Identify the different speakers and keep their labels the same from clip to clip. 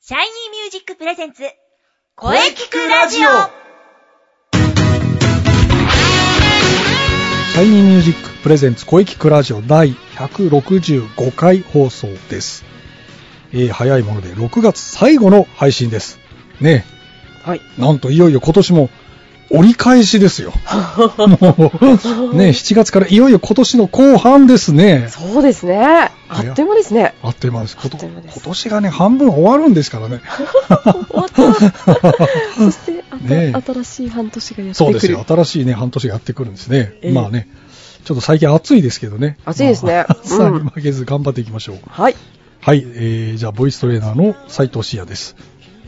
Speaker 1: シャイニーミュージックプレゼンツ、
Speaker 2: 声聞くラジオ
Speaker 3: シャイニーミュージックプレゼンツ声聞くラジオ第165回放送です。えー早いもので6月最後の配信です。ね
Speaker 2: はい。
Speaker 3: え、なんといよいよ今年も折り返しですよ。 もう、ねえ、7月からいよいよ今年の後半ですね。
Speaker 2: そうですね。あっという間ですね。
Speaker 3: あっという間です。こと
Speaker 2: あっという間です
Speaker 3: 今年がね、半分終わるんですからね。
Speaker 2: 終わった。そして、あ
Speaker 3: ねえ
Speaker 2: と新しい半年がやって
Speaker 3: そうで
Speaker 2: く
Speaker 3: す
Speaker 2: る
Speaker 3: よ。。新しいね、半年がやってくるんですね。
Speaker 2: ええ
Speaker 3: まあね、ちょっと最近暑いですけどね。
Speaker 2: 暑いですね
Speaker 3: まあ暑さ
Speaker 2: う
Speaker 3: に
Speaker 2: ん
Speaker 3: 負けず頑張っていきましょう。
Speaker 2: はい。
Speaker 3: はい、えー、じゃあ、ボイストレーナーの斉藤慎也です。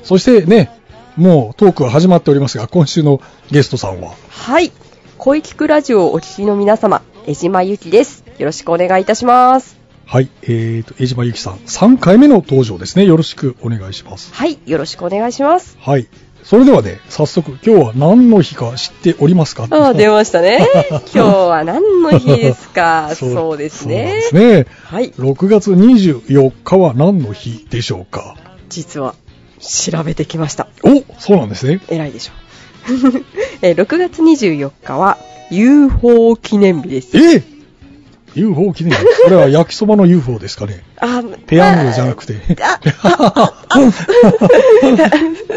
Speaker 3: そしてね、もうトークは始まっておりますが、今週のゲストさんは、
Speaker 2: はい。声聞くラジオをお聞きの皆様、江島ゆきです。よろしくお願いいたします。
Speaker 3: はい、えーと、江島ゆきさん、3回目の登場ですね。よろしくお願いします。
Speaker 2: はい。よろしくお願いします。
Speaker 3: はい、それではね、早速、今日は何の日か知っておりますか。
Speaker 2: ああ、出ましたね。今日は何の日ですか そうですね。
Speaker 3: そうなんですね。
Speaker 2: はい。
Speaker 3: 6月24日は何の日でしょうか
Speaker 2: 実は、調べてきました。
Speaker 3: おそうなんですね。
Speaker 2: 偉いでしょ。 えー6月24日は UFO 記念日です。
Speaker 3: え !UFO 記念日。これは焼きそばの UFO ですかね。
Speaker 2: あ、
Speaker 3: ペヤングじゃなくて。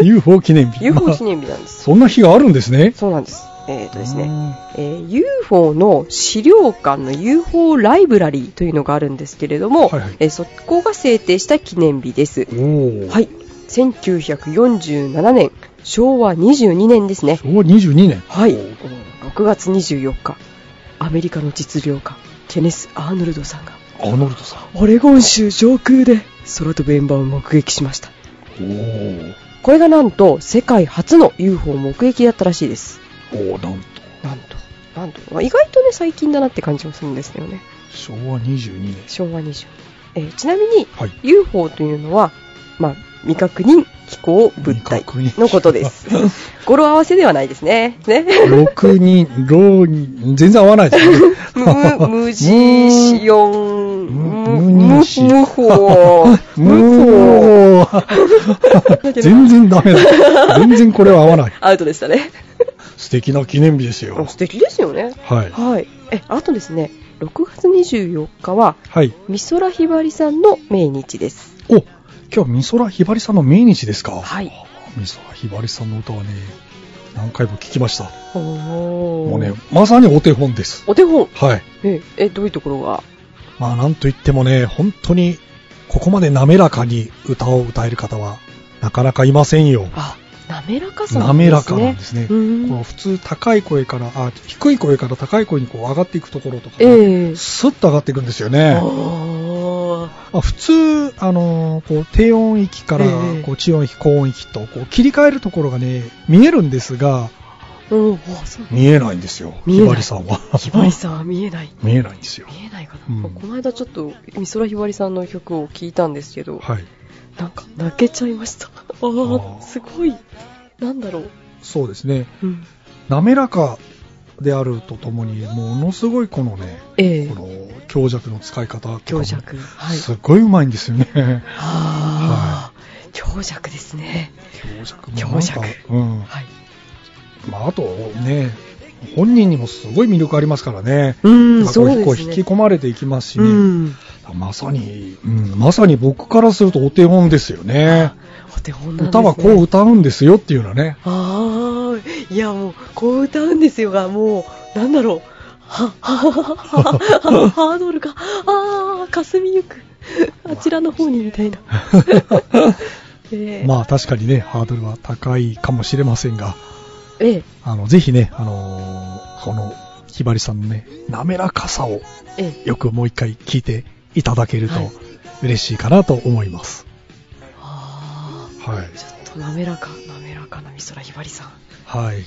Speaker 3: UFO 記念日。ま
Speaker 2: UFO
Speaker 3: あ
Speaker 2: 記念日なんです。
Speaker 3: そんな日があるんですね。
Speaker 2: そうなんです。えっ、とです
Speaker 3: う
Speaker 2: ね、
Speaker 3: ん
Speaker 2: えー UFO の資料館の UFO ライブラリーというのがあるんですけれども、
Speaker 3: はいはい
Speaker 2: えーそこが制定した記念日です。
Speaker 3: おお。。
Speaker 2: はいい。1947年、昭和22年ですね。
Speaker 3: 昭和22年。
Speaker 2: はい。6月24日、アメリカの実業家、ケネス・アーノルドさんが、
Speaker 3: アーノルドさん。
Speaker 2: オレゴン州上空で空飛ぶ円盤を目撃しました。
Speaker 3: お
Speaker 2: これがなんと世界初の UFO 目撃だったらしいです。
Speaker 3: お。おお、なんと。
Speaker 2: なんと、なんと、まあ意外とね、最近だなって感じもするんですよね。
Speaker 3: 昭和22年。
Speaker 2: 昭和20。えーちなみに、
Speaker 3: はい。
Speaker 2: UFO というのは、まあ、未確認飛行物体
Speaker 3: 未確認
Speaker 2: のこと です。語呂合わせではないですね。ね。
Speaker 3: 6人、ロ人、全然合わないですね。
Speaker 2: 無、無事しよん、
Speaker 3: む
Speaker 2: 無、
Speaker 3: 無
Speaker 2: 無
Speaker 3: 視
Speaker 2: 法、無法。
Speaker 3: もう、全然ダメだ。全然これは合わない。
Speaker 2: アウトでしたね。
Speaker 3: 素敵な記念日ですよ。
Speaker 2: 素敵ですよね。
Speaker 3: はい。
Speaker 2: はい。え、あとですね、6月24日は、
Speaker 3: はい。
Speaker 2: 美空ひばりさんの命日です。
Speaker 3: お、今日美空ひばりさんの命日ですか。
Speaker 2: はい。
Speaker 3: 美空ひばりさんの歌はね、何回も聞きました。
Speaker 2: おも
Speaker 3: もうね、まさにお手本です。
Speaker 2: お手本。
Speaker 3: はい。
Speaker 2: え、え、どういうところが
Speaker 3: まあ、なんといってもね、本当に、ここまで滑らかに歌を歌える方は、なかなかいませんよ。
Speaker 2: あ、滑らかさなん
Speaker 3: 滑
Speaker 2: で
Speaker 3: ら
Speaker 2: す
Speaker 3: かなん
Speaker 2: ね
Speaker 3: で。すね。
Speaker 2: う
Speaker 3: こ
Speaker 2: ん
Speaker 3: う普通高い声から、あ、低い声から高い声にこう上がっていくところとか、ね、
Speaker 2: ええ
Speaker 3: スッと上がっていくんですよね。
Speaker 2: あ
Speaker 3: まあ、普通、あのーこう低音域から
Speaker 2: ええ
Speaker 3: こう中音域、高音域とこう切り替えるところがね、見えるんですが、
Speaker 2: ーうん、あそう。
Speaker 3: 見えないんですよ、
Speaker 2: 見
Speaker 3: ひ
Speaker 2: えない
Speaker 3: ばりさんは。
Speaker 2: ひばりさんは見えない。
Speaker 3: 見えないんですよ。
Speaker 2: 見えないか
Speaker 3: う
Speaker 2: な。
Speaker 3: ん
Speaker 2: この間ちょっと、美空ひばりさんの曲を聞いたんですけど、
Speaker 3: はい。
Speaker 2: なんか泣けちゃいました。あ
Speaker 3: ー
Speaker 2: あ、すごい。なんだろう。
Speaker 3: そうですね。
Speaker 2: うん。
Speaker 3: 滑らかであるとともに、ものすごいこのね、
Speaker 2: ええ
Speaker 3: この強弱の使い方とかも
Speaker 2: 強弱。はい。
Speaker 3: すごい上手いんですよね。
Speaker 2: ああ、強弱ですね。
Speaker 3: 強弱
Speaker 2: 強弱
Speaker 3: なんかうん。
Speaker 2: はい。
Speaker 3: まあ、あとね、本人にもすごい魅力ありますからね。
Speaker 2: うーん、
Speaker 3: だか
Speaker 2: そ
Speaker 3: ら
Speaker 2: う
Speaker 3: こ
Speaker 2: です
Speaker 3: こ引
Speaker 2: ね。
Speaker 3: き込まれていきますしね。
Speaker 2: うん。
Speaker 3: まさに、うん、まさに僕からするとお手本ですよね。
Speaker 2: お手本なんです、
Speaker 3: 歌
Speaker 2: ね。
Speaker 3: はこう歌うんですよっていうのはね。
Speaker 2: ああ、いやもう、こう歌うんですよが、もう、なんだろう。は、は、は、は、 は、ハードルが、ああ、霞ゆく。あちらの方にみたい な。ええ
Speaker 3: まあ確かにね、ハードルは高いかもしれませんが、
Speaker 2: ええ、
Speaker 3: あの、ぜひね、あのーこの、ひばりさんのね、滑らかさを
Speaker 2: ええ。
Speaker 3: よくもう一回聞いていただけると
Speaker 2: はい
Speaker 3: 嬉しいかなと思います。
Speaker 2: あ
Speaker 3: はい
Speaker 2: あ、。ちょっと滑らか、滑らかな美空ひばりさん。
Speaker 3: はい。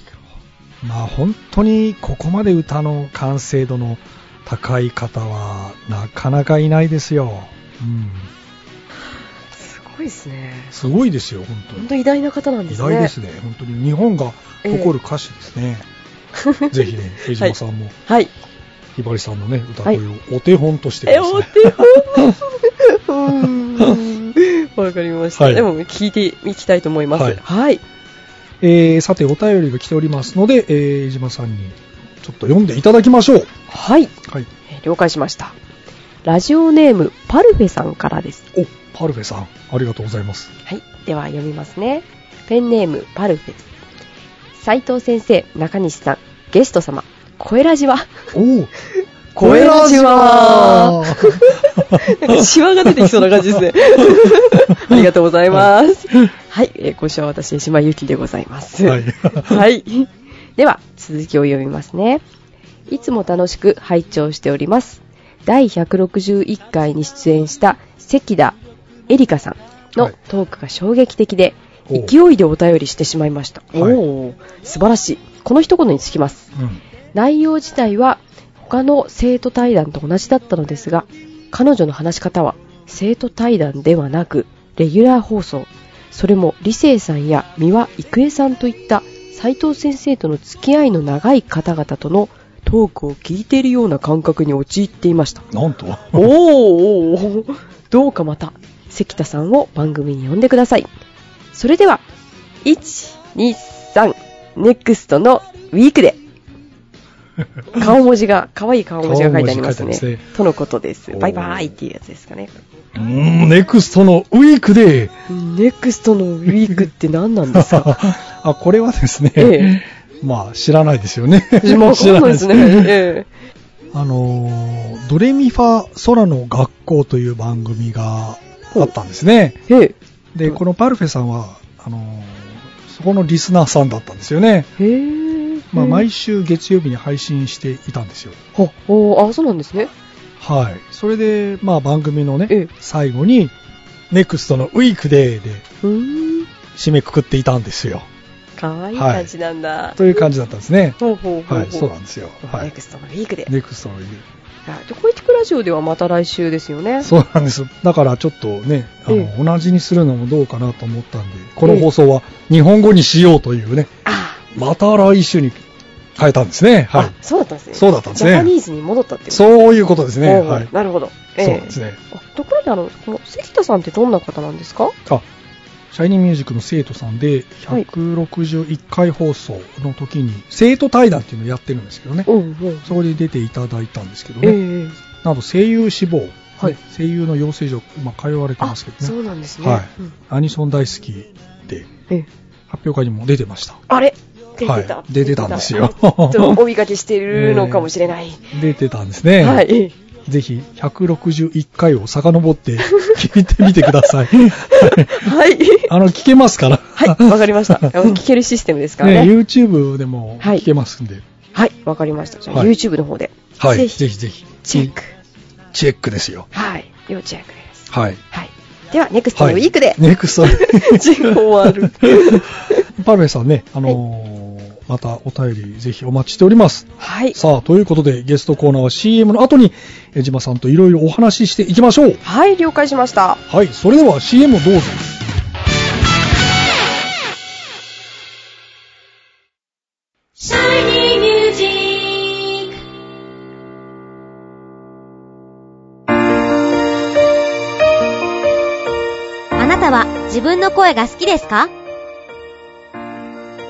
Speaker 3: まあ本当にここまで歌の完成度の高い方はなかなかいないですよ。うん。
Speaker 2: すごいですね。
Speaker 3: すごいですよ、本当に
Speaker 2: 本。当偉大な方なんで
Speaker 3: 偉
Speaker 2: すね。
Speaker 3: 大ですね、本当に日本が誇る歌手です ね、ぜひね、江島さんも、
Speaker 2: はい。
Speaker 3: ひばりさんのね、歌声をお手本として
Speaker 2: え、
Speaker 3: です
Speaker 2: お
Speaker 3: ね、
Speaker 2: 手本。うーんわかりました、
Speaker 3: はい
Speaker 2: でも聞いていきたいと思います
Speaker 3: はい
Speaker 2: はい、
Speaker 3: えーさて、お便りが来ておりますので、えー、江島さんにちょっと読んでいただきましょう。
Speaker 2: はい
Speaker 3: はい。
Speaker 2: えー了解しましたラジオネームパルフェさんからです
Speaker 3: お、パルフェさん、ありがとうござい ます。
Speaker 2: はい、では読みますね。ペンネーム、パルフェ。斉藤先生、中西さん、ゲスト様、声ラジは、
Speaker 3: おお、
Speaker 2: 声ラジは
Speaker 3: 声ラジは
Speaker 2: なんか シワが出てきそうな感じですね。 ありがとうございます。はい、えー今週は私、島由紀でございます。
Speaker 3: はい
Speaker 2: はい。では、続きを読みますね。いつも楽しく拝聴しております。第161回に出演した関田エリカさん
Speaker 3: は
Speaker 2: の
Speaker 3: い
Speaker 2: トークが衝撃的で、
Speaker 3: おう
Speaker 2: 勢いでお便りしてしまいました。
Speaker 3: はい
Speaker 2: おー素晴らしい。この一言につきます。
Speaker 3: うん。
Speaker 2: 内容自体は他の生徒対談と同じだったのですが彼女の話し方は生徒対談ではなくレギュラー放送それも理性さんや三輪郁恵さんといった斉藤先生との付き合いの長い方々とのトークを聞いているような感覚に陥っていました
Speaker 3: なんと。
Speaker 2: おーおーどうかまた関田さんを番組に呼んでくださいそれでは123ネクストのウィ ークで顔文字が可愛い顔文字が書いてあります
Speaker 3: 顔文
Speaker 2: ね
Speaker 3: 字書いてあります
Speaker 2: とのことです
Speaker 3: おー
Speaker 2: バイバーイっていうやつですかね
Speaker 3: うーん、ネクストのウィークデー。
Speaker 2: ネクストのウィークって何なんですか
Speaker 3: あ、これはですね、
Speaker 2: え
Speaker 3: まあ、知らないですよね。
Speaker 2: えも う
Speaker 3: 知ら
Speaker 2: そう
Speaker 3: ない
Speaker 2: ですね、え
Speaker 3: あのードレミファ空の学校という番組があったんですね。
Speaker 2: ええ
Speaker 3: で、このパルフェさんは、あのーそこのリスナーさんだったんですよね。
Speaker 2: えへえ
Speaker 3: まあ、毎週
Speaker 2: 週
Speaker 3: 月曜日に配信していたんですよ。
Speaker 2: おーあそうなんですね
Speaker 3: はい。それで、まあ、番組の
Speaker 2: ええ
Speaker 3: ね、最後に、ネクストのウィークデーで
Speaker 2: うーん
Speaker 3: 締めくくっていたんですよ。
Speaker 2: 可愛い感じなんだ、
Speaker 3: という感じだったんですね。
Speaker 2: ほうほうほうほう、
Speaker 3: はい、そうなんですよ。は
Speaker 2: ネ
Speaker 3: い
Speaker 2: ク。ストのウィークで。
Speaker 3: ネクストのウィーク
Speaker 2: あじゃあ、小一クラジオではまた来週ですよね。
Speaker 3: そうなんです。だからちょっとね、あの、
Speaker 2: え
Speaker 3: 同じにするのもどうかなと思ったんで、この放送は日本語にしようというね、
Speaker 2: あ
Speaker 3: また来週に変えたんですね。
Speaker 2: あ、
Speaker 3: はい
Speaker 2: あ。そうだったんですね。
Speaker 3: そうだったんですね
Speaker 2: ジャパニーズに戻ったってこと
Speaker 3: そういうことですね。
Speaker 2: おうおう
Speaker 3: はい。
Speaker 2: なるほど。
Speaker 3: そうなんですね。
Speaker 2: あところで、あの、この関田さんってどんな方なんですか
Speaker 3: あ、シャイニーミュージックの生徒さんで、
Speaker 2: はい
Speaker 3: 161回放送の時に、生徒対談っていうのをやってるんですけどね。
Speaker 2: おうんうん。
Speaker 3: そこで出ていただいたんですけど
Speaker 2: ええ
Speaker 3: ね。なんと声優志望、
Speaker 2: はい
Speaker 3: 声優の養成所、今通われて
Speaker 2: あ、
Speaker 3: ますけどね。
Speaker 2: そうなんですね。
Speaker 3: はい
Speaker 2: うん。
Speaker 3: アニソン大好きで、
Speaker 2: ええ
Speaker 3: 発表会にも出てました。
Speaker 2: あれ出てた、
Speaker 3: はい出てたんですよ
Speaker 2: ちょっと お見かけしてるのかもしれない。
Speaker 3: 出てたんですね。
Speaker 2: はい。ええ
Speaker 3: ぜひ、161回を遡って 聞いてみてくだ さい。
Speaker 2: はい。
Speaker 3: あの、聞けますから。
Speaker 2: はい、 わかりました。あの聞けるシステムですから
Speaker 3: ね、
Speaker 2: ね。
Speaker 3: YouTube でも聞けますんで。
Speaker 2: はい、わかりました。じゃあ、
Speaker 3: はい
Speaker 2: YouTube の方で。
Speaker 3: はい。
Speaker 2: ぜ
Speaker 3: ぜ
Speaker 2: ひ
Speaker 3: ひぜひぜひ。
Speaker 2: チェック。。
Speaker 3: チェックですよ。
Speaker 2: はい、要チェックです。
Speaker 3: はい。
Speaker 2: はい。では、ネクスト
Speaker 3: は
Speaker 2: の
Speaker 3: い。
Speaker 2: ウィークで、
Speaker 3: ネクスト。
Speaker 2: 人口はある。
Speaker 3: パルフェさんね、あのーまたお便りぜひお待ちしております。
Speaker 2: はい。
Speaker 3: さあ、ということで、ゲストコーナーは CM の後に、江島さんといろいろお話ししていきましょう。
Speaker 2: はい、了解しました。
Speaker 3: はい、それでは CM どうぞ。
Speaker 1: あなたは自分の声が好きですか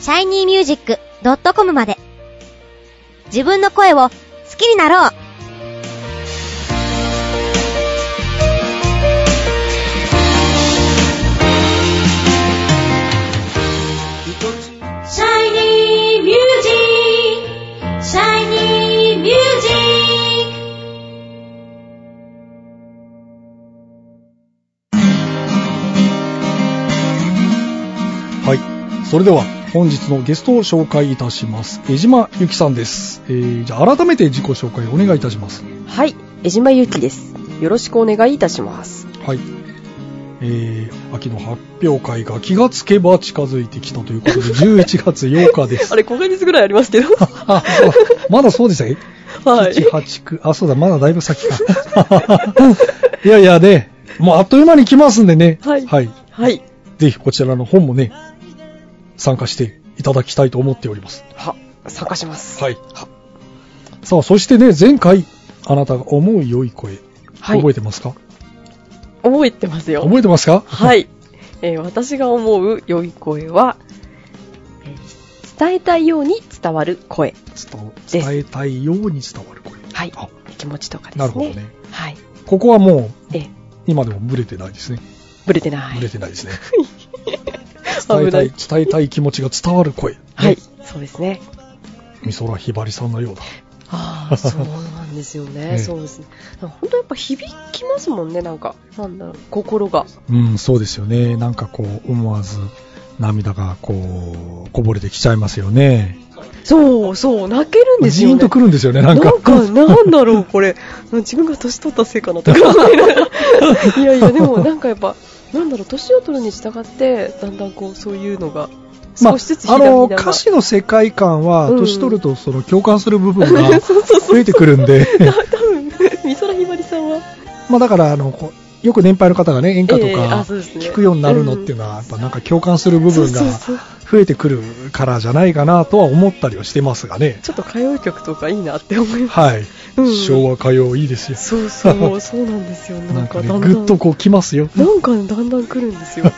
Speaker 1: shinymusic.com まで自分の声を好きになろうシャイニーミュージックシャイニーミュージック
Speaker 3: はい。それでは本日のゲストを紹介いたします。江島ゆきさんです。えー、じゃあ改めて自己紹介お願いいたします。
Speaker 2: はい、江島ゆきです。よろしくお願いいたします。
Speaker 3: はい。えー秋の発表会が気がつけば近づいてきたということで、11月8日です
Speaker 2: あ。れ、5ヶ月ぐらいありますけど。
Speaker 3: あそうまだそうでしたっけ
Speaker 2: はい。
Speaker 3: 7、8区。あ、そうだ、まだだいぶ先か。 いやいやね、もうあっという間に来ますんでね。
Speaker 2: はい
Speaker 3: はい。
Speaker 2: はい。
Speaker 3: ぜひこちらの本もね、参加していただきたいと思っております。
Speaker 2: は、参加します。
Speaker 3: はい。さあ、そしてね、前回、あなたが思う良い声、
Speaker 2: はい
Speaker 3: 覚えてますか
Speaker 2: 覚えてますよ。
Speaker 3: 覚えてますか
Speaker 2: は。い、えー私が思う良い声は、えー伝えたいように伝わる声。
Speaker 3: 伝
Speaker 2: で
Speaker 3: 伝
Speaker 2: す
Speaker 3: えたいように伝わる声。
Speaker 2: はい
Speaker 3: あ。
Speaker 2: 気持ちとかです
Speaker 3: な
Speaker 2: ね。
Speaker 3: るほどね。
Speaker 2: はい。
Speaker 3: ここはもう、
Speaker 2: えー
Speaker 3: 今でもブレてないですね。
Speaker 2: ぶれてない
Speaker 3: ブレ。てないですね。伝え
Speaker 2: 危
Speaker 3: た、
Speaker 2: ないい。
Speaker 3: 伝えたい気持ちが伝わる声。
Speaker 2: はい。。そうですね。
Speaker 3: 美空ひばりさんのようだ。
Speaker 2: あ あ、そうなんですよね。
Speaker 3: ええ
Speaker 2: そうですね。なんか本当やっぱ響きますもんね、なんか。なんだろう、心が。
Speaker 3: うん、そうですよね。なんかこう、思わず涙がこう、こぼれてきちゃいますよね。
Speaker 2: そうそう、泣けるんです
Speaker 3: ジ
Speaker 2: よ、ね。
Speaker 3: ーンとくるんですよね、な
Speaker 2: なんん
Speaker 3: か。
Speaker 2: か、なんだろう、これ。自分が年取ったせいかな とか思いながら。いやいや、でもなんかやっぱ、なんだろう、年を取るに従って、だんだんこう、そういうのが、
Speaker 3: まあ
Speaker 2: 少しずつ、
Speaker 3: あ
Speaker 2: ひら
Speaker 3: の、
Speaker 2: みなが
Speaker 3: 歌詞の世界観は、
Speaker 2: うん
Speaker 3: 年取るとその共感する部分 が増えてくるんで、
Speaker 2: 多分、 美空ひばりさんは、
Speaker 3: まあだから、あの、こうよく年配の方がね、演歌と
Speaker 2: ええあ
Speaker 3: か
Speaker 2: そうですね
Speaker 3: 聞くようになるのっていうのは、やっぱなんか共感する部分が
Speaker 2: そうそうそう
Speaker 3: 増えてくるからじゃないかなとは思ったりはしてますがね。
Speaker 2: ちょっと歌謡曲とかいいなって思います。
Speaker 3: はい。
Speaker 2: うん
Speaker 3: 昭和歌謡いいですよ。
Speaker 2: そうそう、そうなんですよ。
Speaker 3: な
Speaker 2: なんんか、
Speaker 3: か
Speaker 2: だ
Speaker 3: ね、
Speaker 2: んだん、
Speaker 3: ぐっとこう来ますよ。
Speaker 2: なんかねだんだん来るんで すよ。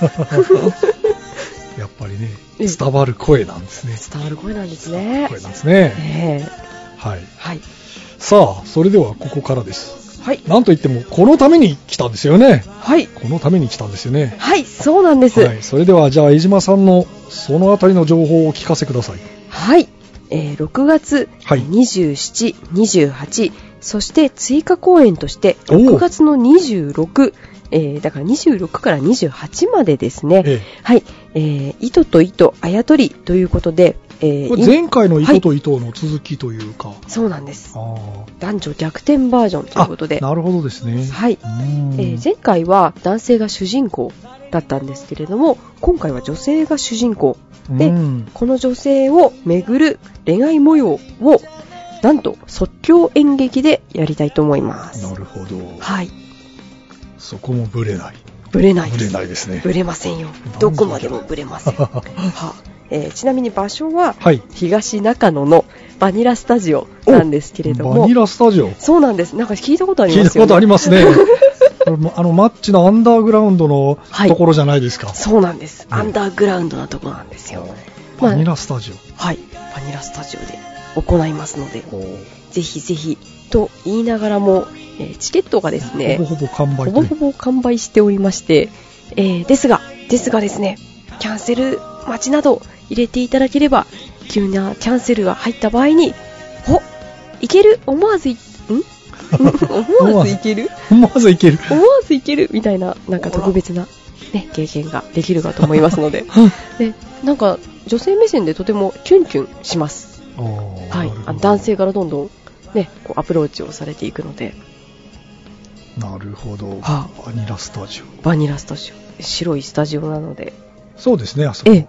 Speaker 3: やっぱりね、
Speaker 2: ええ
Speaker 3: 伝わる声なんですね。
Speaker 2: 伝わる声なんですね。
Speaker 3: 声なんですね。
Speaker 2: ええ
Speaker 3: はい。
Speaker 2: はい。
Speaker 3: さあ、それではここからです。
Speaker 2: はい。
Speaker 3: なんといっても、このために来たんですよね。
Speaker 2: はい。
Speaker 3: このために来たんですよね。
Speaker 2: はい、そうなんです。
Speaker 3: はい。それでは、じゃあ、江島さんの、そのあたりの情報をお聞かせください。
Speaker 2: はい、えー6月
Speaker 3: はい
Speaker 2: 27、28そして追加公演として
Speaker 3: おー
Speaker 2: 6月の26、えーだから26から28までですね、
Speaker 3: え
Speaker 2: はい、えー糸と糸あやとりということで、えー
Speaker 3: え。これ
Speaker 2: い
Speaker 3: 前回の糸と糸の続きというか。
Speaker 2: そうなんです
Speaker 3: あ
Speaker 2: 男女逆転バージョンと
Speaker 3: あ。
Speaker 2: いう
Speaker 3: あ
Speaker 2: ことで、
Speaker 3: なるほどですね。、
Speaker 2: はいう
Speaker 3: ん
Speaker 2: えー前回は男性が主人公だったんですけれども今回は女性が主人公で
Speaker 3: うん
Speaker 2: この女性をめぐる恋愛模様をなんと即興演劇でやりたいと思います
Speaker 3: なるほど。
Speaker 2: はい
Speaker 3: そこもブレない。
Speaker 2: ブレないで
Speaker 3: ブレ
Speaker 2: す
Speaker 3: ないですね。
Speaker 2: ブレませんよ
Speaker 3: なんだ
Speaker 2: どこまでもブレま せんはえーちなみに場所は
Speaker 3: はい。
Speaker 2: 東中野のバニラスタジオなんですけれど
Speaker 3: バ
Speaker 2: も
Speaker 3: ニラスタジオ。
Speaker 2: そうなんですなんか聞いたことあり
Speaker 3: 聞い
Speaker 2: ま
Speaker 3: た
Speaker 2: すよ、ね、
Speaker 3: ことあり ますね。これもあの、マッチのアンダーグラウンドの
Speaker 2: はい
Speaker 3: ところじゃないですか。
Speaker 2: そうなんです
Speaker 3: うん
Speaker 2: アンダーグラウンドなとこなんですよ、
Speaker 3: バニラスタジオ。
Speaker 2: はいバニラスタジオで行いますのでぜひぜひと言いながらも、えーチケットがですね
Speaker 3: ほぼほぼ完
Speaker 2: ほ
Speaker 3: 売と
Speaker 2: ぼ
Speaker 3: い
Speaker 2: ほ
Speaker 3: う。
Speaker 2: ぼ完売しておりまして、えーですが、ですがですね、キャンセル待ちなど入れていただければ、急なキャンセルが入った場合に、おいける思わずい、 ん思わずいける
Speaker 3: まずいける。
Speaker 2: 思わずいけるみたいな、なんか特別な、ね、経験ができるかと思いますので、でなんか女性目線でとてもキュンキュンします。は、
Speaker 3: はい
Speaker 2: あ男。性からどんどん、ね、こうアプローチをされていくので、
Speaker 3: なるほど。バ
Speaker 2: は
Speaker 3: ニラスタジオ。
Speaker 2: バニラスタジオ、白いスタジオなので、
Speaker 3: そうですね、あそこ。
Speaker 2: ええ、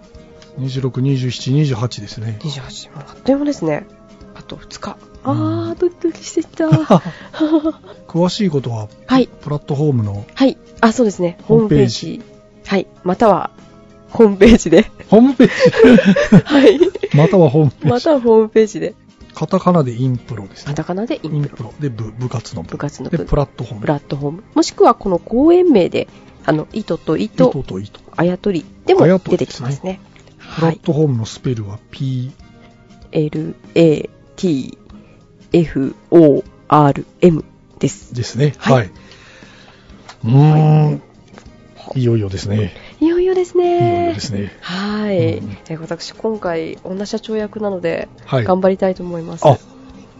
Speaker 3: 26、27、28ですね。
Speaker 2: 28もうあっという間ですねあと2日あ
Speaker 3: う
Speaker 2: ー
Speaker 3: ん
Speaker 2: ドキドキしてき たは
Speaker 3: 詳しいことは、
Speaker 2: い
Speaker 3: プラットフォームの
Speaker 2: はいあそうですね
Speaker 3: ホー
Speaker 2: ホー
Speaker 3: ム
Speaker 2: ム
Speaker 3: ペ
Speaker 2: ペ
Speaker 3: ー
Speaker 2: ー
Speaker 3: ジ
Speaker 2: ジはいまたはホームページで
Speaker 3: ホームペー
Speaker 2: はい
Speaker 3: ジ、 またはホームペー
Speaker 2: ま
Speaker 3: ジ。
Speaker 2: たはホームページで
Speaker 3: カタカナでインプロです
Speaker 2: カ
Speaker 3: ね。
Speaker 2: タカナでイ
Speaker 3: イ
Speaker 2: ン
Speaker 3: ン
Speaker 2: プロ
Speaker 3: プロ。で、部部活の部
Speaker 2: 部。活の
Speaker 3: で、
Speaker 2: 部
Speaker 3: プラットフォーム。
Speaker 2: プラットフォームもしくはこの公演名であの糸と糸
Speaker 3: 糸と糸。
Speaker 2: あやとりで
Speaker 3: あや
Speaker 2: も
Speaker 3: とり
Speaker 2: 出
Speaker 3: で
Speaker 2: て
Speaker 3: す
Speaker 2: き
Speaker 3: ね
Speaker 2: ますね
Speaker 3: プラ
Speaker 2: は
Speaker 3: ッ
Speaker 2: い
Speaker 3: トフォームのスペルは P、
Speaker 2: LATFORM です
Speaker 3: ですね。
Speaker 2: はい
Speaker 3: はい。うーん。いよいよですね。
Speaker 2: いよいよです
Speaker 3: いよい
Speaker 2: ね
Speaker 3: よですね。
Speaker 2: はい、
Speaker 3: うん
Speaker 2: えー私今回女社長役なので
Speaker 3: はい。
Speaker 2: 頑張りたいと思います、
Speaker 3: あ、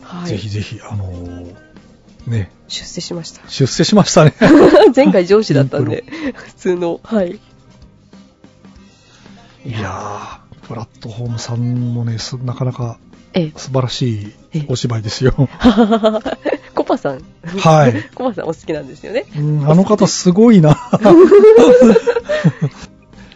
Speaker 2: はい、
Speaker 3: ぜひぜひ、あのー、ね、
Speaker 2: 出世しました
Speaker 3: 出世しましたね。
Speaker 2: 前回上司だったんで普通のはい
Speaker 3: いやー、プラットフォームさんもね、すなかなか
Speaker 2: ええ
Speaker 3: 素晴らしい
Speaker 2: ええ
Speaker 3: お芝居ですよ。
Speaker 2: こパさん。
Speaker 3: はい
Speaker 2: コパさんお好きなんですよね。
Speaker 3: うんあの方すごいな。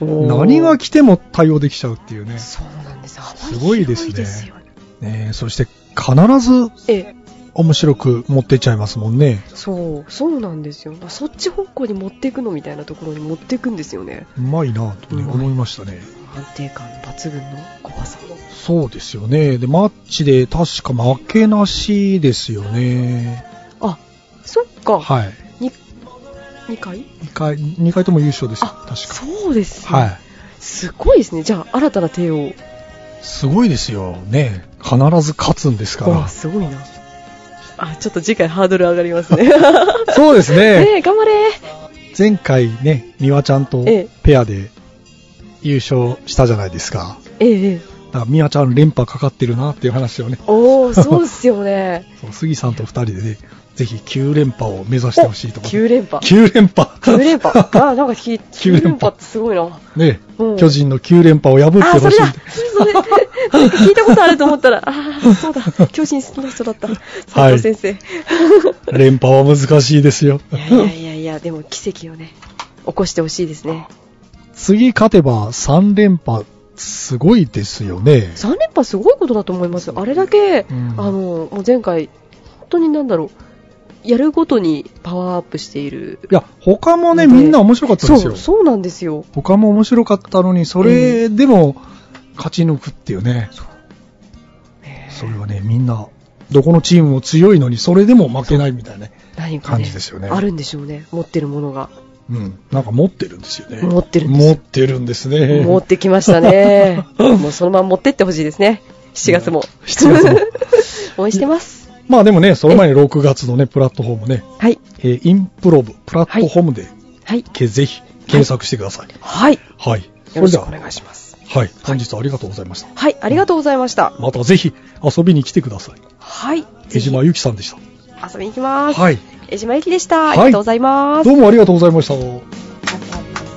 Speaker 3: 何が来ても対応できちゃうっていうね。
Speaker 2: そうなんです。
Speaker 3: すごいですね
Speaker 2: 幅広ですよ
Speaker 3: ねえそして必ず
Speaker 2: ええ、
Speaker 3: 面白く持ってっちゃいますもんね。
Speaker 2: そう、そうなんですよ。そっち方向に持っていくのみたいなところに持っていくんですよね。
Speaker 3: うまいなとね、
Speaker 2: うん
Speaker 3: 思いましたね。
Speaker 2: 安定感抜群のコパさんの。
Speaker 3: そうですよね。で、マッチで確か負けなしですよね。
Speaker 2: あ、そっか。
Speaker 3: はい。
Speaker 2: に2回
Speaker 3: 2回、二回とも優勝ですよ。確か。
Speaker 2: そうです、ね
Speaker 3: はい。
Speaker 2: すごいですね。じゃあ、新たな帝王。
Speaker 3: すごいですよ。ね必ず勝つんですか
Speaker 2: わあ
Speaker 3: ら。
Speaker 2: すごいな。あ、ちょっと次回ハードル上がりますね。ね
Speaker 3: そうですね。
Speaker 2: え、頑張れ
Speaker 3: 前回ね、美和ちゃんと
Speaker 2: ええ
Speaker 3: ペアで優勝したじゃないですか。
Speaker 2: ええええ。
Speaker 3: だから美和ちゃん連覇かかってるなっていう話をね、
Speaker 2: おー、そうっすよ ね。
Speaker 3: そう杉さんと2人でね、ぜひ9連覇を目指してほしいと思
Speaker 2: 9連覇。
Speaker 3: 9連覇
Speaker 2: 9連 覇。あ、なんかき、9連覇ってすごいな。
Speaker 3: ね、
Speaker 2: うん
Speaker 3: 巨人の9連覇を破って
Speaker 2: あ、そ
Speaker 3: ほ
Speaker 2: れ
Speaker 3: しい
Speaker 2: だそれ、なんか聞いたことあると思ったら、あー、そうだ、巨人好きな人だった。斉藤先生。
Speaker 3: 連覇は難しいですよ
Speaker 2: い、やいやいやいや、でも奇跡をね、起こしてほしいですね。
Speaker 3: 次勝てば3連覇すごいですよね
Speaker 2: 3連覇すごいことだと思います。あれだけ、
Speaker 3: うん
Speaker 2: あの、もう前回、本当になんだろう、やるごとにパワーアップしている。
Speaker 3: いや他もね
Speaker 2: ね
Speaker 3: みんな面白かったで
Speaker 2: そ
Speaker 3: すよ
Speaker 2: う、そうなんですよ。
Speaker 3: 他も面白かったのにそれでも勝ち抜くっていうね、
Speaker 2: ね
Speaker 3: それはねみんなどこのチームも強いのにそれでも負けないみたいなね
Speaker 2: 何か、ね、
Speaker 3: 感じですよね
Speaker 2: あるんでしょうね。持ってるものが。
Speaker 3: うんなんか持ってるんですよね
Speaker 2: 持ってるんですよ
Speaker 3: 持ってるんですね
Speaker 2: 持ってきまし たね。もうそのまま持ってってほしいですね。7月も。
Speaker 3: 7月も
Speaker 2: 応援してます。
Speaker 3: まあでもねその前に6月のねプラットフォームね
Speaker 2: はい。
Speaker 3: えーインプロブプラットフォームで、
Speaker 2: はい。
Speaker 3: けぜひ検索してください。
Speaker 2: はい。
Speaker 3: はい。それ
Speaker 2: よろ
Speaker 3: で
Speaker 2: し
Speaker 3: は
Speaker 2: くお、願いします。
Speaker 3: はい。本日はありがとうございました。
Speaker 2: はい。ありがとうございました。
Speaker 3: またぜひ遊びに来てください。
Speaker 2: はい。
Speaker 3: 江島ゆきさんでし
Speaker 2: 遊びに行きま
Speaker 3: た。
Speaker 2: す。
Speaker 3: はい。
Speaker 2: 江島ゆきでした。
Speaker 3: は
Speaker 2: あ
Speaker 3: い
Speaker 2: りがとうございます。
Speaker 3: どうもありがとうございました。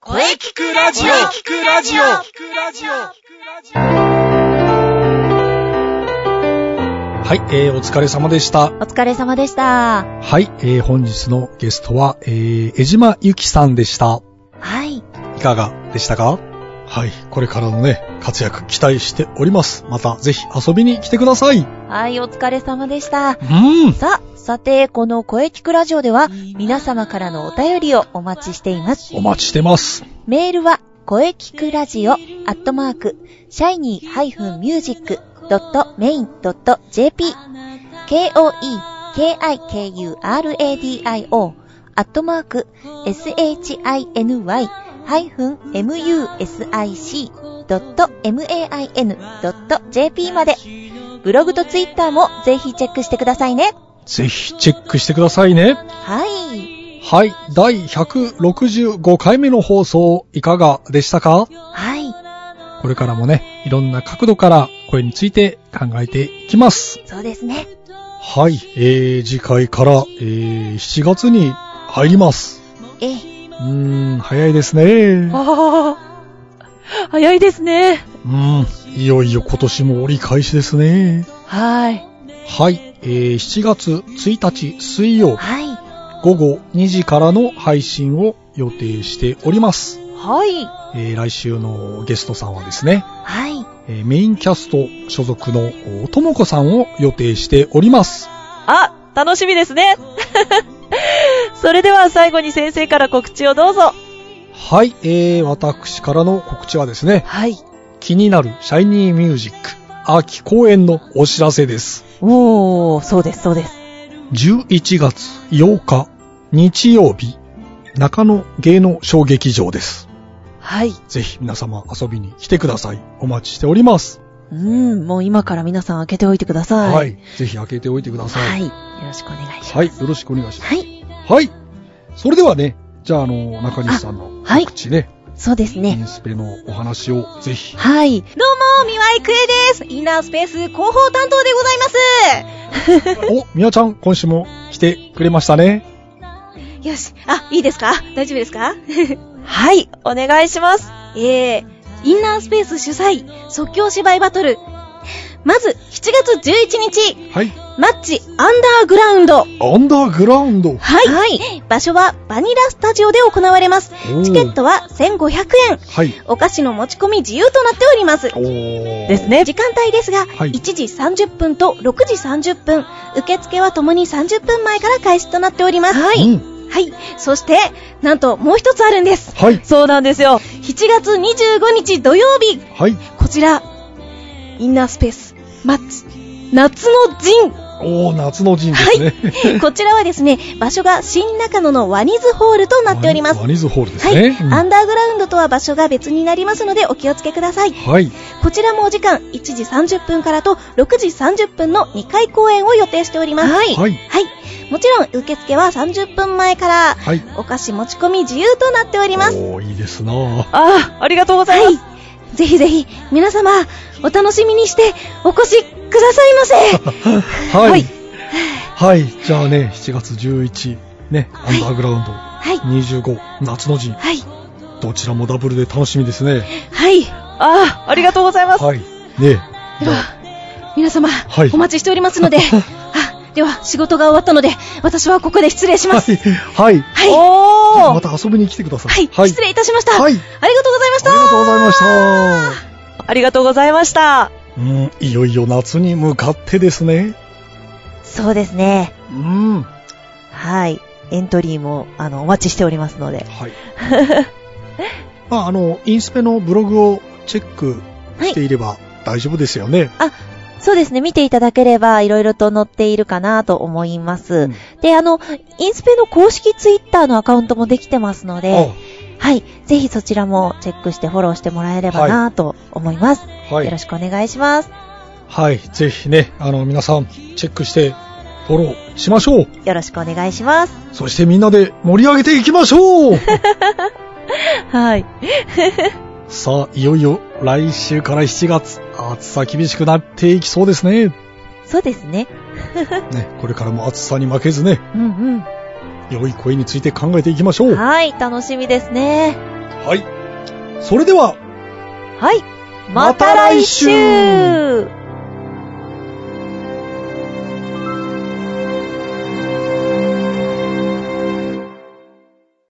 Speaker 4: 声聞くラジオ声聞くラジオ
Speaker 3: はい、えー、お疲れ様でした。
Speaker 1: お疲れ様でした。
Speaker 3: はい、えー、本日のゲストは、えー、江島ゆきさんでした。
Speaker 1: はい。
Speaker 3: いかがでしたかはい、これからのね、活躍期待しております。またぜひ遊びに来てください。う
Speaker 1: はい、お疲れ様でした。
Speaker 3: ん。
Speaker 1: さあ、さて、この声聞くラジオでは、皆様からのお便りをお待ちしています。
Speaker 3: お待ちしてます。
Speaker 1: メールは、声聞くラジオ、アットマーク、shiny-music.main.jp、k-o-e-k-i-k-u-r-a-d-i-o、アットマーク、shiny-music.main.jp まで、ブログとツイッターもぜひチェックしてくださいね。
Speaker 3: ぜひチェックしてくださいね。
Speaker 1: はい。
Speaker 3: はい、第165回目の放送いかがでしたか
Speaker 1: はい。
Speaker 3: これからもね、いろんな角度から声について考えていきます。
Speaker 1: そうですね。
Speaker 3: はい、えー、次回から、えー、7月に入ります。
Speaker 1: ええ。
Speaker 3: うーん、早いですね。
Speaker 2: ああ。早いですね。
Speaker 3: うん、いよいよ今年も折り返しですね。
Speaker 2: はい。
Speaker 3: はい、えー、7月1日水曜
Speaker 1: はい。
Speaker 3: 午後2時からの配信を予定しております。
Speaker 1: はい。
Speaker 3: えー、来週のゲストさんはですね、
Speaker 1: はい。
Speaker 3: えーメインキャスト所属のおともこさんを予定しております。
Speaker 5: あ、楽しみですね。 それでは最後に先生から告知をどうぞ。
Speaker 3: はい、えー、私からの告知はですね、
Speaker 5: はい。
Speaker 3: 気になるシャイニーミュージック秋公演のお知らせです。
Speaker 5: おー、そうです、そうです。
Speaker 3: 11月8日日曜日、中野芸能小劇場です。
Speaker 5: はい。
Speaker 3: ぜひ皆様遊びに来てください。お待ちしております。
Speaker 5: うん、もう今から皆さん開けておいてください。
Speaker 3: はい。。ぜひ開けておいてくださ。
Speaker 5: はいい。よろしくお願いします。
Speaker 3: はい、よろしくお願いします。
Speaker 1: はい。
Speaker 3: はい。それではね、じゃあ、あの、中西さんの
Speaker 5: あはい
Speaker 3: 告知ね、
Speaker 1: そうです
Speaker 3: イ
Speaker 1: ね。
Speaker 3: ンスペのお話をぜひ。
Speaker 5: はい。
Speaker 6: どうも、三輪郁恵です。インナースペース広報担当でございま
Speaker 3: お、みやちゃん、今週も来てくれましたね。
Speaker 6: す。よし。あ、いいですか大丈夫ですか
Speaker 2: はい、お願いします。
Speaker 6: えー、インナースペース主催、即興芝居バトル。まず、7月11日、
Speaker 3: はい。
Speaker 6: マッチアンダーグラウンド。
Speaker 3: アンダーグラウンド。
Speaker 6: はい。場所はバニラスタジオで行われます
Speaker 3: おー。
Speaker 6: チケットは1500円。
Speaker 3: はい。
Speaker 6: お菓子の持ち込み自由となっております。
Speaker 3: おー。
Speaker 2: です。ね。
Speaker 6: 時間帯ですが、
Speaker 3: はい
Speaker 6: 1時30分と6時30分。受付はともに30分前から開始となっております。は
Speaker 3: う
Speaker 6: い。
Speaker 3: ん。
Speaker 6: はい。そして、なんともう一つあるんです。
Speaker 3: はい。
Speaker 2: そうなんですよ。
Speaker 6: 7月25日土曜日、
Speaker 3: はい。
Speaker 6: こちら、インナースペ ース、マッチ、夏の陣。
Speaker 3: おー、夏の陣ですね。
Speaker 6: こちらはですね、場所が新中野のワニズホールとなっております。
Speaker 3: ワニズホールです
Speaker 6: は
Speaker 3: ね。
Speaker 6: い、
Speaker 3: うん
Speaker 6: アンダーグラウンドとは場所が別になりますのでお気をつけください。
Speaker 3: はい。
Speaker 6: こちらもお時間1時30分からと6時30分の2回公演を予定しております。はい
Speaker 3: はい。
Speaker 6: はい。もちろん受付は30分前から、
Speaker 3: はい。
Speaker 6: お菓子持ち込み自由となっております。
Speaker 3: おー、いいですなぁ。
Speaker 2: ああ、ありがとうございます。
Speaker 6: はい。ぜひぜひ、皆様、お楽しみにして、お越しくださいませ。
Speaker 3: はい。はい。じゃあね、7月11、ね、アンダーグラウンド、
Speaker 6: はい。
Speaker 3: 25、夏の陣、
Speaker 6: はい。
Speaker 3: どちらもダブルで楽しみですね。
Speaker 6: はい。
Speaker 2: ああ、ありがとうございます。
Speaker 3: はい。ね、
Speaker 6: では、皆様、
Speaker 3: はい
Speaker 6: お待ちしておりますので、あ、では、仕事が終わったので、私はここで失礼します。
Speaker 3: はい。はい。
Speaker 6: はい。は
Speaker 2: お
Speaker 3: ま
Speaker 2: ー、
Speaker 3: た遊びに来てくださ
Speaker 6: い
Speaker 3: い。。
Speaker 6: 失礼いたしました。
Speaker 3: はい。
Speaker 6: ありがとうございまし
Speaker 3: あ
Speaker 6: た。
Speaker 3: りがとうございました。
Speaker 2: ありがとうございました。
Speaker 3: うん、いよいよ夏に向かってですね。
Speaker 1: そうですね。
Speaker 3: うん。は
Speaker 1: はい。エントリーも、あの、お待ちしておりますので。
Speaker 3: い。 まあ、あの、インスペのブログをチェックしていれば大丈夫ですよね。
Speaker 1: そうですね。見ていただければ、いろいろと載っているかなと思います。
Speaker 3: うん
Speaker 1: で、あの、インスペの公式ツイッターのアカウントもできてますので、はい。ぜひそちらもチェックしてフォローしてもらえればなと思います、
Speaker 3: あは
Speaker 1: よろ
Speaker 3: い。
Speaker 1: しくお願いします。
Speaker 3: はい。ぜひね、あの、皆さん、チェックして、フォローしましょう。
Speaker 1: よろしくお願いします。
Speaker 3: そしてみんなで盛り上げていきましょ う
Speaker 1: はい。
Speaker 3: さあ、いよいよ来週から7月、暑さ厳しくなっていきそうですね。
Speaker 1: そうですね。
Speaker 3: ね、これからも暑さに負けずね、
Speaker 1: うん
Speaker 3: 良い声について考えていきましょ
Speaker 1: う。。
Speaker 3: うん
Speaker 1: はい。楽しみですね。
Speaker 3: はい。それでは、
Speaker 1: はい。
Speaker 3: また来週
Speaker 1: また来週